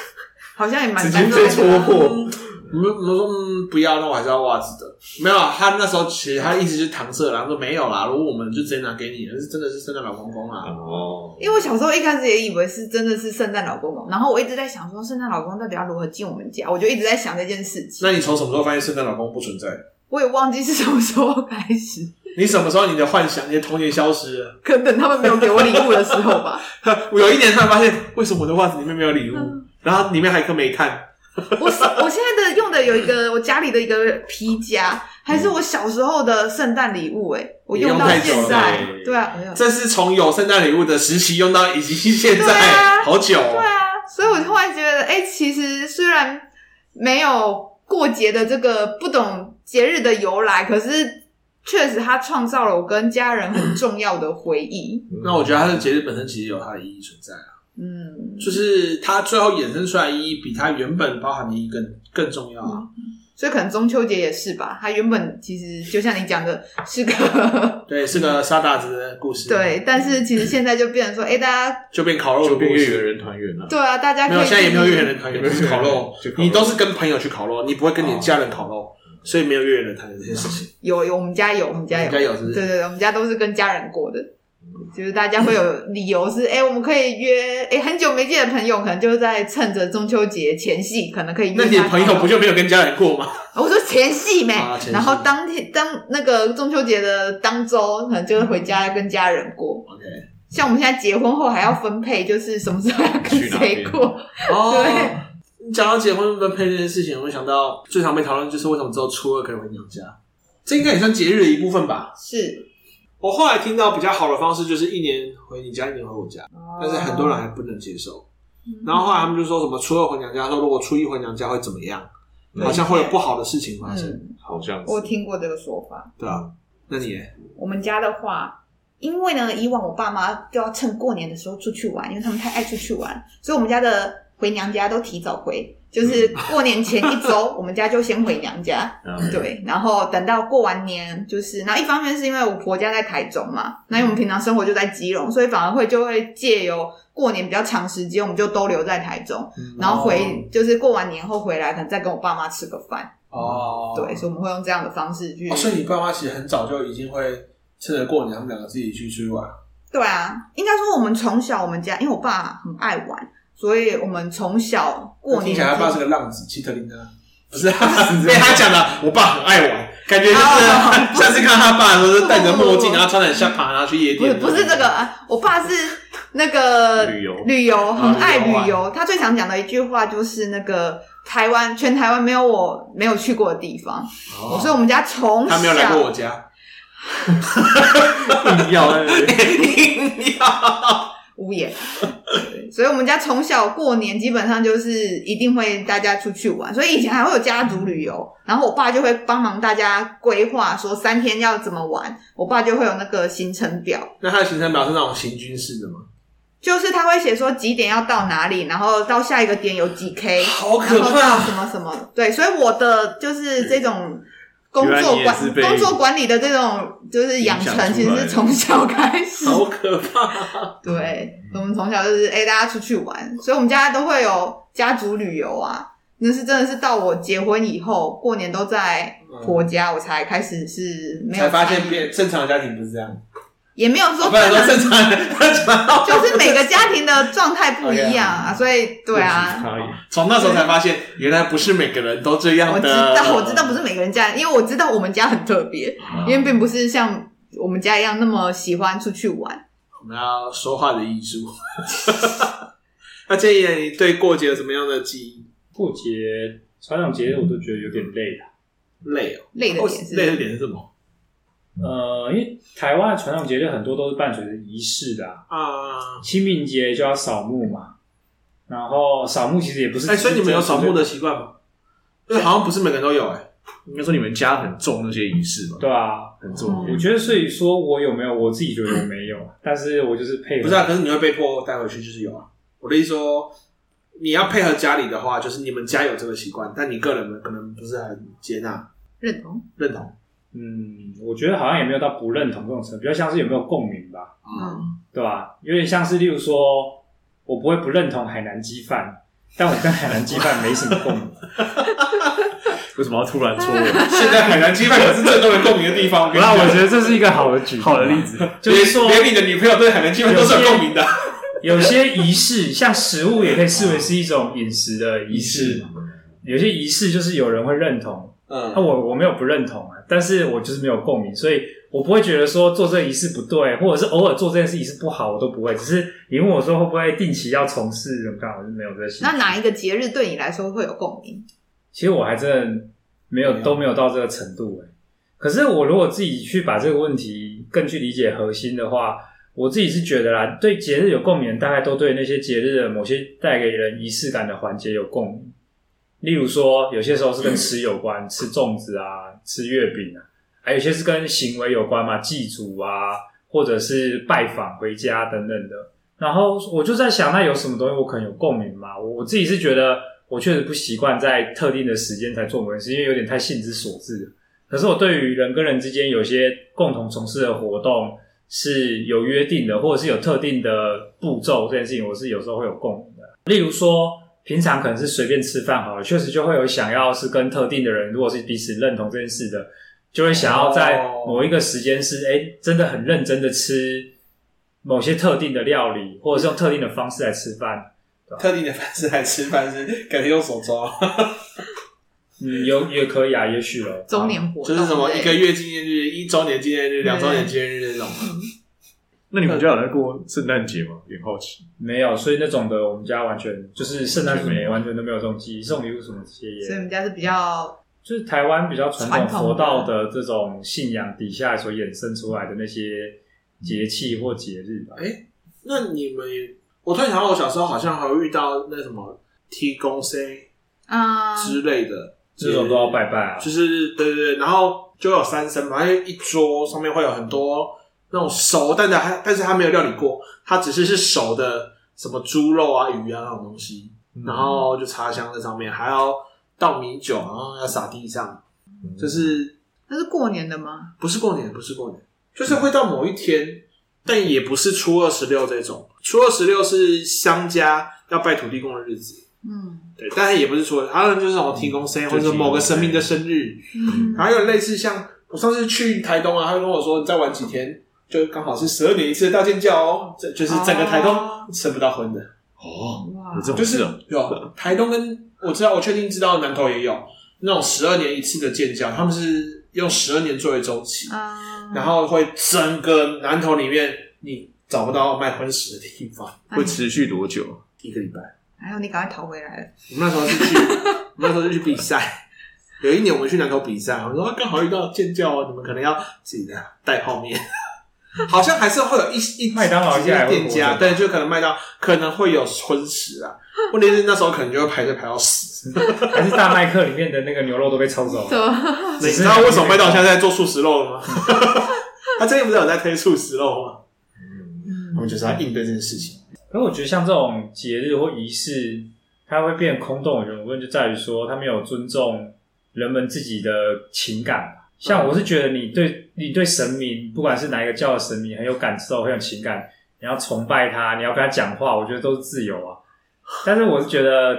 C: 好像也蛮
D: 直接
C: 难
D: 被戳
A: 嗯
C: 的。
D: 破。
A: 我们我们说嗯不要，那我还是要袜子的。没有，啊他那时候其实他一直是搪塞啦，他说没有啦，如果我们就直接拿给你了，是真的是圣诞老公啊公啦。
D: 哦，
C: 因为我小时候一开始也以为是真的是圣诞老公公，然后我一直在想说圣诞老公到底要如何进我们家，我就一直在想这件事情。
A: 那你从什么时候发现圣诞老公不存在？
C: 我也忘记是什么时候开始，
A: 你什么时候你的幻想、你的童年消失 了？
C: 可能等他们没有给我礼物的时候吧。
A: 我有一年突然发现，为什么我的袜子里面没有礼物，然后里面还有一颗煤炭？
C: 我是我现在的用的有一个我家里的一个皮夹，还是我小时候的圣诞礼物哎、我用到现在
D: 你用太久了，
C: 对啊，我用
A: 这是从有圣诞礼物的时期用到已经现在，
C: 对啊
A: 好久、
C: 对
A: 哦。
C: 啊，所以我后来觉得，哎、其实虽然没有过节的这个不懂节日的由来，可是确实它创造了我跟家人很重要的回 忆。
A: 那我觉得它的节日本身其实有它的意义存在啊，
C: 嗯，
A: 就是它最后衍生出来的意义比它原本包含的意义更更重要啊。
C: 所以可能中秋节也是吧，它原本其实就像你讲的，是个
A: 对，是个沙大子的故事。
C: 嗯
A: 啊
C: 对，但是其实现在就变成说，哎、大家
A: 就变烤肉的
D: 就
A: 故事
D: 变月圆人团圆了。
C: 对啊，大家可
A: 没
C: 以
A: 有，现在也没有
C: 自己
A: 月圆人团圆，
D: 没有
A: 是烤肉
D: 就烤，肉哦
A: 你都是跟朋友去烤肉，你不会跟你的家人烤肉，所以没有月圆人团圆这件事情。
C: 有有，我们家有，我们家有，
A: 你家有是不
C: 对
A: 是
C: 对对，我们家都是跟家人过的，就是大家会有理由
A: 嗯
C: 是，哎、我们可以约，哎、很久没见的朋友，可能就在趁着中秋节前夕，可能可以约
A: 那
C: 他。
A: 你的朋友不就没有跟家人过吗？
C: 哦？我说前夕没，
A: 啊前夕
C: 然后当天当那个中秋节的当周，可能就会回家跟家人过。
A: OK
C: 像我们现在结婚后还要分配，就是什么时候要跟
D: 去哪
C: 谁
D: 边
C: 过，
A: 哦
C: 对。
A: 你讲到结婚分配这件事情，我想到最常被讨论就是为什么只有初二可以回娘家，这应该也算节日的一部分吧。
C: 是。
A: 我后来听到比较好的方式就是一年回你家，一年回我家，
C: 哦
A: 但是很多人还不能接受。然后后来他们就说什么初二回娘家，说如果初一回娘家会怎么样，
D: 嗯
A: 好像会有不好的事情发生，
C: 嗯，
D: 好像是
C: 我听过这个说法。
A: 对啊。那你呢
C: 我们家的话，因为呢，以往我爸妈都要趁过年的时候出去玩，因为他们太爱出去玩，所以我们家的回娘家都提早回，
A: 嗯
C: 就是过年前一 周，我们家就先回娘家。
D: 嗯
C: 对，然后等到过完年，就是，然后一方面是因为我婆家在台中
A: 嗯
C: 嘛，那因为我们平常生活就在基隆，所以反而会就会借由过年比较长时间，我们就都留在台中，
A: 嗯
C: 然后回就是过完年后回来，可能再跟我爸妈吃个饭，
A: 哦，
C: 嗯对，所以我们会用这样的方式去。
A: 哦，所以你爸妈其实很早就已经会趁着过年，他们两个自己去出去玩。
C: 对啊，应该说我们从小我们家，因为我爸很爱玩，所以我们从小过
A: 听
C: 年
A: 起来他爸是个浪子，希特林 啊，不是被他讲的，我爸很爱玩，感觉就是
C: 哦
A: 上次看他爸的时候，就戴着墨
C: 不不
A: 镜，
C: 不
A: 然后穿得很下爬，然后去夜
C: 不是
A: 店。
C: 不是这个，啊，我爸是那个
D: 旅游
C: 旅游很爱
A: 旅游啊
C: 旅游，他最常讲的一句话就是那个台湾全台湾没有我没有去过的地方，
A: 哦
C: 所以我们家从小
A: 他没有来过我家，
D: 硬要在那 边
C: 啊屋檐。对所以我们家从小过年基本上就是一定会大家出去玩，所以以前还会有家族旅游，然后我爸就会帮忙大家规划说三天要怎么玩，我爸就会有那个行程表，
A: 那他的行程表是那种行军式的吗？
C: 就是他会写说几点要到哪里，然后到下一个点有几 K，
A: 好
C: 然
A: 可
C: 后到
A: 怕！啊
C: 什么什么，对，所以我的就是这种。工作
D: 原来
C: 管
D: 你也是被
C: 工作管理的这种就是养
D: 影响
C: 成，
D: 出
C: 其实
D: 来
C: 是从小开始
A: 好可怕！
C: 对，我们从小就是哎、大家出去玩，所以我们家都会有家族旅游啊。那是真的是到我结婚以后，过年都在婆家，我才开始是没有
A: 才发现
C: 参与
A: 变哦正常的家庭不是这样，
C: 也没有
A: 我
C: 说
A: 本来说
C: 正
A: 正常的，
C: 常，就是每个家庭的状态不一样啊，所以对啊，
D: 差异
A: 从那时候才发现，原来不是每个人都这
C: 我
A: 样
C: 知
A: 的。
C: 道我知道不是每个人家，因为我知道我们家很特别，
A: 嗯
C: 因为并不是像我们家一样那么喜欢出去玩。
A: 我们要说话的艺术。 那建议你对过节有什么样的记忆？
B: 过节传统节日我都觉得有点累了。
A: 累哦，
C: 累的
A: 哦
C: 点是
A: 累的点是什么？
B: 呃，因为台湾的传统节日很多都是伴随着仪式的、啊，
A: 啊，
B: 清明节就要扫墓嘛，然后扫墓其实也不是，
A: 哎，所以你们有扫墓的习惯吗？因为好像不是每个人都有哎。
D: 应该说你们家很重那些仪式吧，
B: 对啊，
D: 很重。
B: 我觉得，所以说我有没有，我自己觉得我没有，但是我就是配合。
A: 不是啊，可是你会被迫带回去，就是有啊。我的意思说，你要配合家里的话，就是你们家有这个习惯，但你个人可能不是很接纳、
C: 认同。
A: 认同
B: 嗯，我觉得好像也没有到不认同这种程度，比较像是有没有共鸣吧，
A: 啊。
C: 嗯
B: 对吧？有点像是，例如说，我不会不认同海南鸡饭，但我跟海南鸡饭没什么共鸣。
D: 为什么要突然戳我？
A: 现在海南鸡饭可是最多人共鸣的地方，
B: 那我觉得这是一个好的举动啊
D: 好的例子，
B: 就是说，
A: 连你的女朋友对海南鸡饭都是有共鸣的。
B: 有些仪式，像食物也可以视为是一种饮食的仪式嘛。有些仪式就是有人会认同，
A: 嗯
B: 那、我我没有不认同啊，但是我就是没有共鸣，所以我不会觉得说做这个仪式不对，或者是偶尔做这件事仪式不好，我都不会。只是你问我说会不会定期要从事，我刚好是没有这个兴
C: 那
B: 趣。
C: 哪一个节日对你来说会有共鸣？
B: 其实我还真的没有都没有到这个程度哎、可是我如果自己去把这个问题更去理解核心的话，我自己是觉得啦，对节日有共鸣，大概都对那些节日的某些带给人仪式感的环节有共鸣。例如说，有些时候是跟吃有 关，吃粽子啊，吃月饼啊，还有些是跟行为有关嘛，祭祖啊，或者是拜访回家等等的。然后我就在想，那有什么东西我可能有共鸣吗？我我自己是觉得，我确实不习惯在特定的时间才做某件事，因为有点太性之所至了。可是我对于人跟人之间有些共同从事的活动是有约定的，或者是有特定的步骤这件事情，我是有时候会有共鸣的。例如说，平常可能是随便吃饭好了，确实就会有想要是跟特定的人，如果是彼此认同这件事的，就会想要在
A: 哦
B: 某一个时间是哎、诶真的很认真的吃某些特定的料理，或者是用特定的方式来吃饭。
A: 特定的方式来吃饭是改天用手抓，
B: 嗯，有也可以啊，也许了。
C: 周年活动
A: 就是什么
C: 对
A: 一个月纪念日、一周年纪念日、两周年纪念日那种。
D: 那你们家有在过圣诞节吗？有点好奇。
B: 没有，所以那种的我们家完全就是圣诞节完全都没有这种记忆，送礼物什么这些
C: 所以我
B: 也，
C: 们家是比较
B: 就是台湾比较传
C: 传
B: 统
C: 统
B: 佛道的这种信仰底下所衍生出来的那些节气或节日吧。
A: 那你们也，我突然想到，我小时候好像还有遇到那什么提公 C
C: 啊，
A: 之类的，
B: 这种都要拜拜啊，
A: 就是对对对，然后就有三牲嘛，因为一桌上面会有很多那种熟，但是还但是它没有料理过，它只是是熟的什么猪肉啊、鱼啊那种东西，然后就插香在上面，还要倒米酒，然后要撒地上，嗯就是
C: 那是过年的吗？
A: 不是过年，不是过年，就是会到某一天，但也不是初二十六这种，初二十六是商家要拜土地公的日子。
C: 嗯
A: 对，但是也不是初二，好嗯像就是什么提供生日或者某个神明的生日，
C: 嗯，
A: 然后有类似像我上次去台东啊，他就跟我说，你再玩几天，就刚好是十二年一次的大建教哦，这就是整个台
C: 哦
A: 东吃不到荤的，
D: 哦，
C: 嗯哇
D: 有这种
A: 就是
D: 事哦。
A: 有台东跟我知道，我确定知道南投也有那种十二年一次的建教，他们是用十二年作为周期，
C: 啊，
A: 然后会整个南投里面你找不到卖荤食的地方，
C: 哎
D: 会持续多久？
A: 一个礼拜。
C: 还有你赶快逃回来了，
A: 我们那时候是去，我们那时候是去比赛。有一年我们去南投比赛，我说啊刚好遇到建教哦，你们可能要自己带泡面，好像还是会有一一
B: 麦当劳
A: 一
B: 现在还
A: 些
B: 会
A: 店家，
B: 活着
A: 对，就可能麦当可能会有荤食啊。问题是那时候可能就会排队排到死。
B: 还是大麦克里面的那个牛肉都被抽 走了。
C: 对，
A: 你知道为什么麦当劳现在在做素食肉了吗？ 他最近不是有在推素食肉吗？
C: 嗯
A: 我们就是要应对这件事情。
B: 可我觉得像这种节日或仪式，它会变空洞的原因就在于说，它没有尊重人们自己的情感吧。像我是觉得你对你对神明，不管是哪一个教的神明，很有感受，很有情感，你要崇拜他，你要跟他讲话，我觉得都是自由啊。但是我是觉得，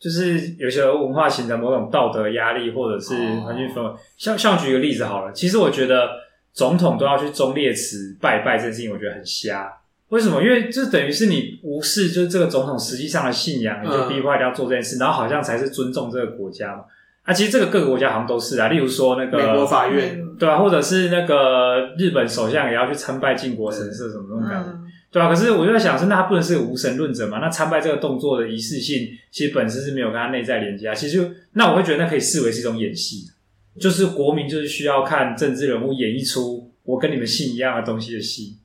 B: 就是有些文化形成某种道德压力，或者是环境氛围。像像举个例子好了，其实我觉得总统都要去忠烈祠拜拜这件事情，我觉得很瞎。为什么？因为这等于是你无视就是这个总统实际上的信仰，
A: 嗯
B: 你就逼迫他要做这件事，然后好像才是尊重这个国家嘛。啊，其实这个各个国家好像都是啊，例如说那个
A: 美国法
C: 嗯
A: 院，
B: 对啊，或者是那个日本首相也要去参拜靖国神社什么那种感觉，
C: 嗯，
B: 对啊。可是我就在想，是那他不能是个无神论者嘛？那参拜这个动作的仪式性，其实本身是没有跟他内在连接啊。其实就那我会觉得那可以视为是一种演戏，啊就是国民就是需要看政治人物演绎出我跟你们信一样的东西的戏。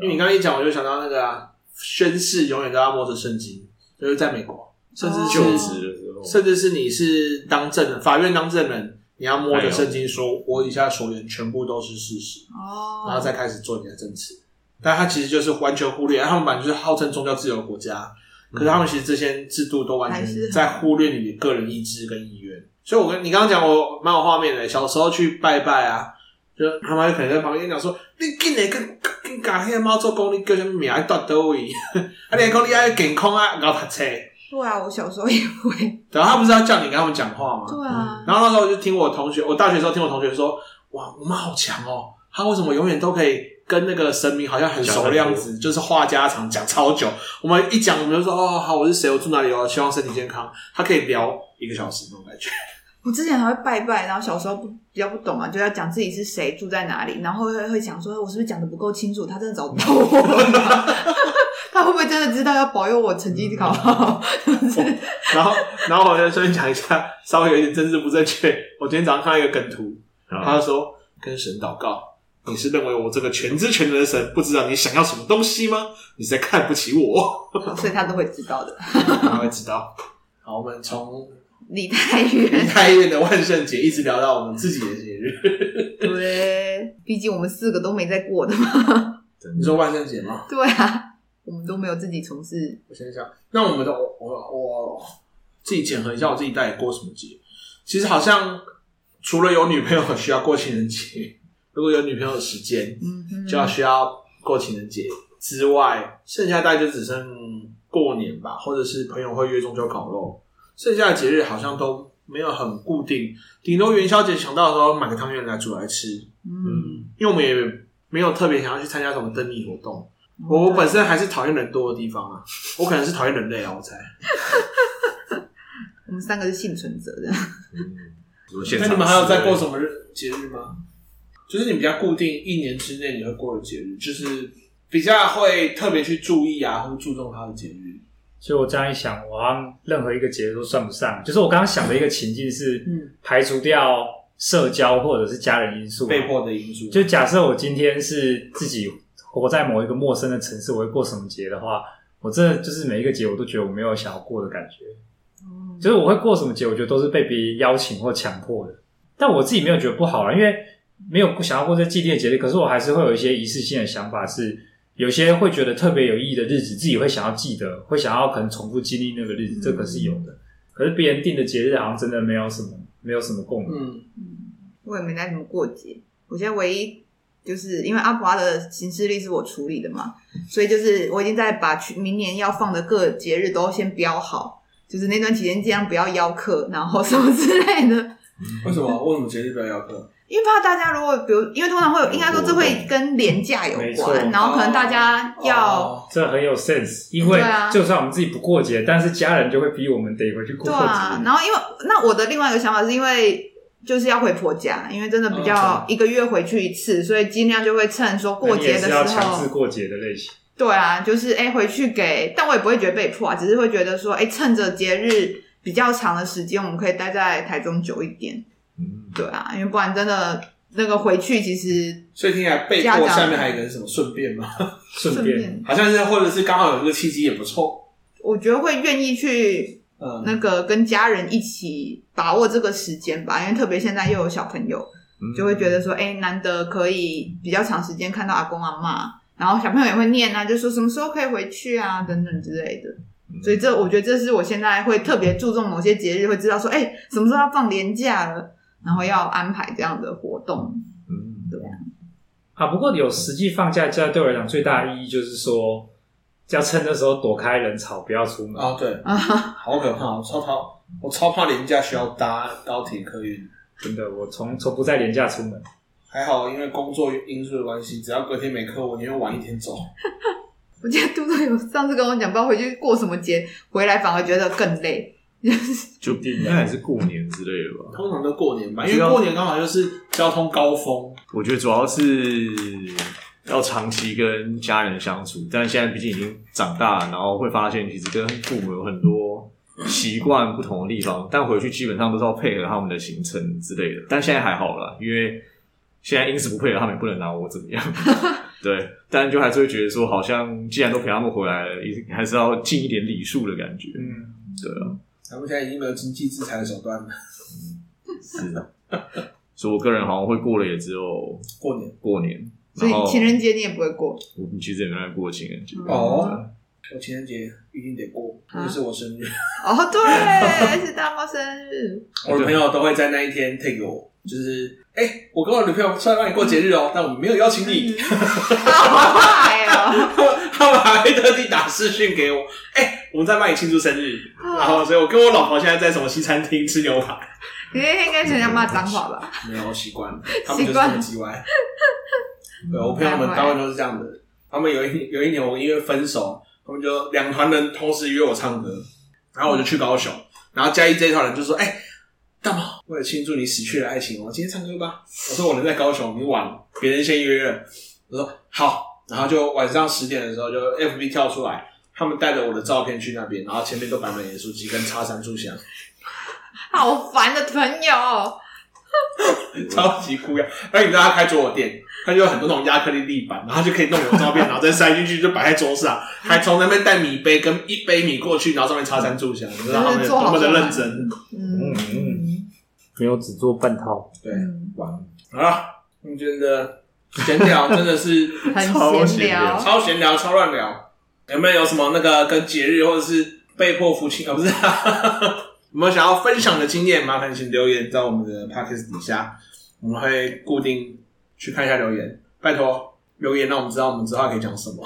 A: 因为你刚刚一讲，我就想到那个啊，宣誓永远都要摸着圣经，就是在美国，甚至是
D: 就职的时候，
A: 甚至是你是当证人，法院当证人，你要摸着圣经说，我以下所言全部都是事实，
C: 哦，
A: 然后再开始做你的证词。但他其实就是完全忽略，他们本来就是号称宗教自由国家，可是他们其实这些制度都完
C: 还是
A: 全
C: 很
A: 在忽略你的个人意志跟意愿。所以我跟你刚刚讲，我蛮有画面的。小时候去拜拜啊，就他妈就可能在旁边讲说：“你进来跟跟跟黑猫做工，你叫什么名？还到倒位？ 啊，你还讲你爱健康啊，搞读册。”
C: 对啊，我小时候也会。
A: 然后他不是要叫你跟他们讲话吗？
C: 对啊，
A: 然后那时候我就听我同学，我大学的时候听我同学说，哇，我妈好强哦，她为什么永远都可以跟那个神明好像很熟的样子，就是话家常，讲超久。我们一讲，我们就说哦，好，我是谁，我住哪里哦，希望身体健康。她可以聊一个小时那种感觉。
C: 我之前还会拜拜，然后小时候不比较不懂嘛，啊就要讲自己是谁住在哪里，然后会会想说，我是不是讲的不够清楚？他真的找不到我吗？ 他会不会真的知道要保佑我成绩考好？
A: 然后，然后我就顺便讲一下，稍微有一点政治不正确。我今天早上看到一个梗图，他就说跟神祷告。你是认为我这个全知全能的神不知道你想要什么东西吗？你是在看不起我？
C: 所以他都会知道的。
A: 他会知道。好，我们从
C: 离太
A: 离
C: 远，
A: 太远的万圣节，一直聊到我们自己的节日。
C: 对，毕竟我们四个都没在过的嘛。
A: 你说万圣节吗？
C: 对啊，我们都没有自己从事。
A: 我想想，那我们的我我我自己检核一下，我自己到底过什么节？其实好像除了有女朋友需要过情人节，如果有女朋友的时间，
C: 嗯哼，
A: 就要需要过情人节之外，剩下大概就只剩过年吧，或者是朋友会约中秋烤肉，剩下的节日好像都没有很固定，顶多元宵节想到的时候买个汤圆来煮来吃，
C: 嗯，
A: 因为我们也没有特别想要去参加什么灯礼活动。我我本身还是讨厌人多的地方啊，我可能是讨厌人类啊，我猜。
C: 我们三个是幸存者的。
D: 嗯
A: 那你们还有在过什么日节日吗？就是你比较固定一年之内你会过的节日，就是比较会特别去注意啊，或注重它的节日。
B: 所以我这样一想，我好像任何一个节日都算不上。就是我刚刚想的一个情境是，
A: 嗯，
B: 排除掉社交或者是家人因素，
A: 被。迫的因素，
B: 就假设我今天是自己活在某一个陌生的城市，我会过什么节的话，我真的就是每一个节我都觉得我没有想要过的感觉。就是我会过什么节，我觉得都是被别人邀请或强迫的。但我自己没有觉得不好啦，因为没有不想要过这祭奠节日，可是我还是会有一些仪式性的想法是，有些会觉得特别有意义的日子，自己会想要记得，会想要可能重复经历那个日
C: 嗯
B: 子，这可是有的。可是别人定的节日好像真的没有什么，没有什么共鸣。
A: 嗯，
C: 我也没在什么过节。我现在唯一就是因为阿普阿的行事历是我处理的嘛，所以就是我已经在把去明年要放的各节日都先标好，就是那段期间尽量不要邀客，然后什么之类的。
A: 为什么为什么节日不要邀客？
C: 因为怕大家如果比如，因为通常会有，应该说这会跟廉价有
B: 没错
C: 关，然后可能大家 要、
A: 哦
B: 这很有 sense，因为
C: 对啊
B: 就算我们自己不过节，但是家人就会逼我们得回去过
C: 对
B: 节。
C: 啊，然后因为那我的另外一个想法是因为就是要回婆家，因为真的比
B: 嗯
C: 较一个月回去一次，所以尽量就会趁说过
B: 那你也
C: 节的
B: 是要
C: 时
B: 强制
C: 候，
B: 过节的类型。
C: 对啊，就是哎、回去给，但我也不会觉得被迫啊，只是会觉得说哎、趁着节日比较长的时间，我们可以待在台中久一点，
D: 嗯
C: 对啊，因为不然真的那个回去其实
A: 所以听起来被
C: 家
A: 迫
C: 长
A: 下面还有一个是什么顺便吗？
B: 顺
C: 顺
B: 便，
C: 便，
A: 好像是或者是刚好有一个契机也不错。
C: 我觉得会愿意去
A: 嗯，
C: 那个跟家人一起把握这个时间吧，因为特别现在又有小朋友，就会觉得说，哎、难得可以比较长时间看到阿公阿妈，然后小朋友也会念啊，就说什么时候可以回去啊，等等之类的。所以这我觉得这是我现在会特别注重某些节日，会知道说，哎、什么时候要放年假了，然后要安排这样的活动。
D: 嗯
C: 对啊，
B: 啊，不过有实际放假假对我来讲最大的意义就是说，要趁那时候躲开人潮，不要出门。
A: 哦对，
C: 啊哈，
A: 好可怕，我超怕，我超怕廉价需要搭高铁客运。
B: 真的，我从从不在廉价出门。
A: 还好，因为工作因素的关系，只要隔天没课，我宁愿晚一天走。
C: 我记得嘟嘟有上次跟我讲，不知道回去过什么节，回来反而觉得更累。
D: 就应该还是过年之类的吧。
A: 通常都过年吧，因
D: 知
A: 为
D: 道
A: 过年刚好就是交通高峰，
D: 我觉得主要是要长期跟家人相处，但现在毕竟已经长大，然后会发现其实跟父母有很多习惯不同的地方，但回去基本上都是要配合他们的行程之类的。但现在还好啦，因为现在因此不配合，他们也不能拿我怎么样。 对，但就还是会觉得说，好像既然都陪他们回来了，一还是要尽一点礼数的感觉。
B: 嗯，
D: 对啊，
A: 咱们现在已经没有经济制裁的手段了。
D: 是的。 所以我个人好像会过了也只有
A: 过年
D: 过年，
C: 所
D: 然后
C: 以情人节你也不会过
D: 我们其实也没来过情人节。
A: 哦，我情人节一定得过，
C: 啊
A: 那是我生日，
C: 哦，对，是大猫生日，
A: 我的朋友都会在那一天 take 我，就是哎、我跟我女朋友出来帮你过节日哦，但我们没有邀请
C: 嗯
A: 你，
C: 好坏哦，
A: 他们还会特地打视讯给我，哎、我们在帮你庆祝生日，然后所以我跟我老婆现在在什么西餐厅吃牛排，
C: 你那天应该全家骂脏话吧？
A: 没有习惯了，他们就是
C: 习
A: 这
C: 惯
A: 么叽歪。对，我朋友们大部分都是这样的。他们有一有一年我因为分手，他们就两团人同时约我唱歌，然后我就去高雄，然后嘉义这一团人就说：“哎、大毛，为了庆祝你死去的爱情，我今天唱歌吧。”我说：“我人在高雄，你晚，别人先约了。”我说：“好。”然后就晚上十点的时候，就 FB 跳出来，他们带着我的照片去那边，然后前面都摆满盐酥鸡跟插三炷香。
C: 好烦的朋友，哦
A: 超级酷呀！然后你知道他开桌游店，他就有很多那种亚克力地板，然后就可以弄我照片，然后再塞进去，就摆在桌上，还从那边带米杯跟一杯米过去，然后上面插三炷香，你知道他们有多么的认真。
C: 嗯嗯
E: 没有只做半套，
A: 对，
C: 嗯，
E: 完了
A: 好了，我觉得闲聊真的是
C: 很闲聊，
A: 超闲聊、超乱聊，有没有有什么那个跟节日或者是被迫夫妻啊？ 不是、有没有想要分享的经验？麻烦请留言在我们的 podcast 底下，我们会固定去看一下留言，拜托留言让我们知道我们之后还可以讲什么。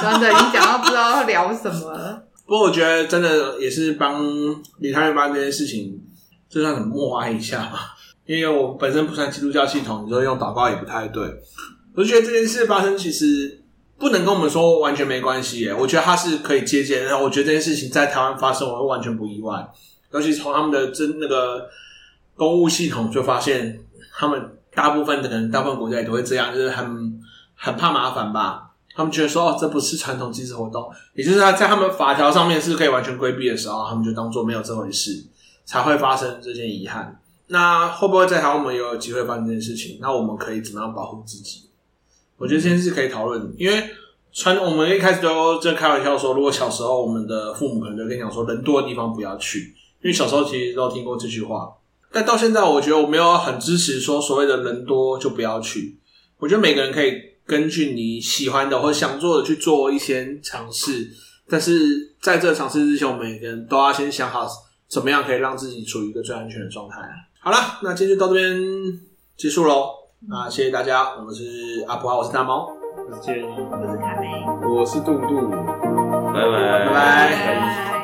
C: 真的，你讲到不知道聊什么了，
A: 不过我觉得真的也是帮李太院帮这件事情，就算很默哀一下吧，因为我本身不算基督教系统，你说用祷告也不太对。我就觉得这件事发生其实不能跟我们说完全没关系耶，我觉得它是可以借鉴。然后我觉得这件事情在台湾发生，我会完全不意外，尤其从他们的真那个公务系统就发现，他们大部分的可能大部分国家也都会这样，就是很很怕麻烦吧。他们觉得说哦，这不是传统祭祀活动，也就是他在他们法条上面是可以完全规避的时候，他们就当做没有这回事，才会发生这件遗憾。那会不会在台湾我们也有机会发生这件事情？那我们可以怎么样保护自己？我觉得这件事可以讨论，因为传我们一开始都在开玩笑说，如果小时候我们的父母可能就跟你讲说，人多的地方不要去，因为小时候其实都听过这句话。但到现在，我觉得我没有很支持说所谓的人多就不要去，我觉得每个人可以根据你喜欢的或想做的去做一些尝试，但是在这尝试之前，我们每个人都要先想好怎么样可以让自己处于一个最安全的状态。啊好了，那今天就到这边结束喽。那谢谢大家，我们是阿普啊，我是大猫，
B: 我是建议。
C: 我是凯梅，
D: 我是杜杜。
E: 拜拜
A: 拜拜
C: 拜拜。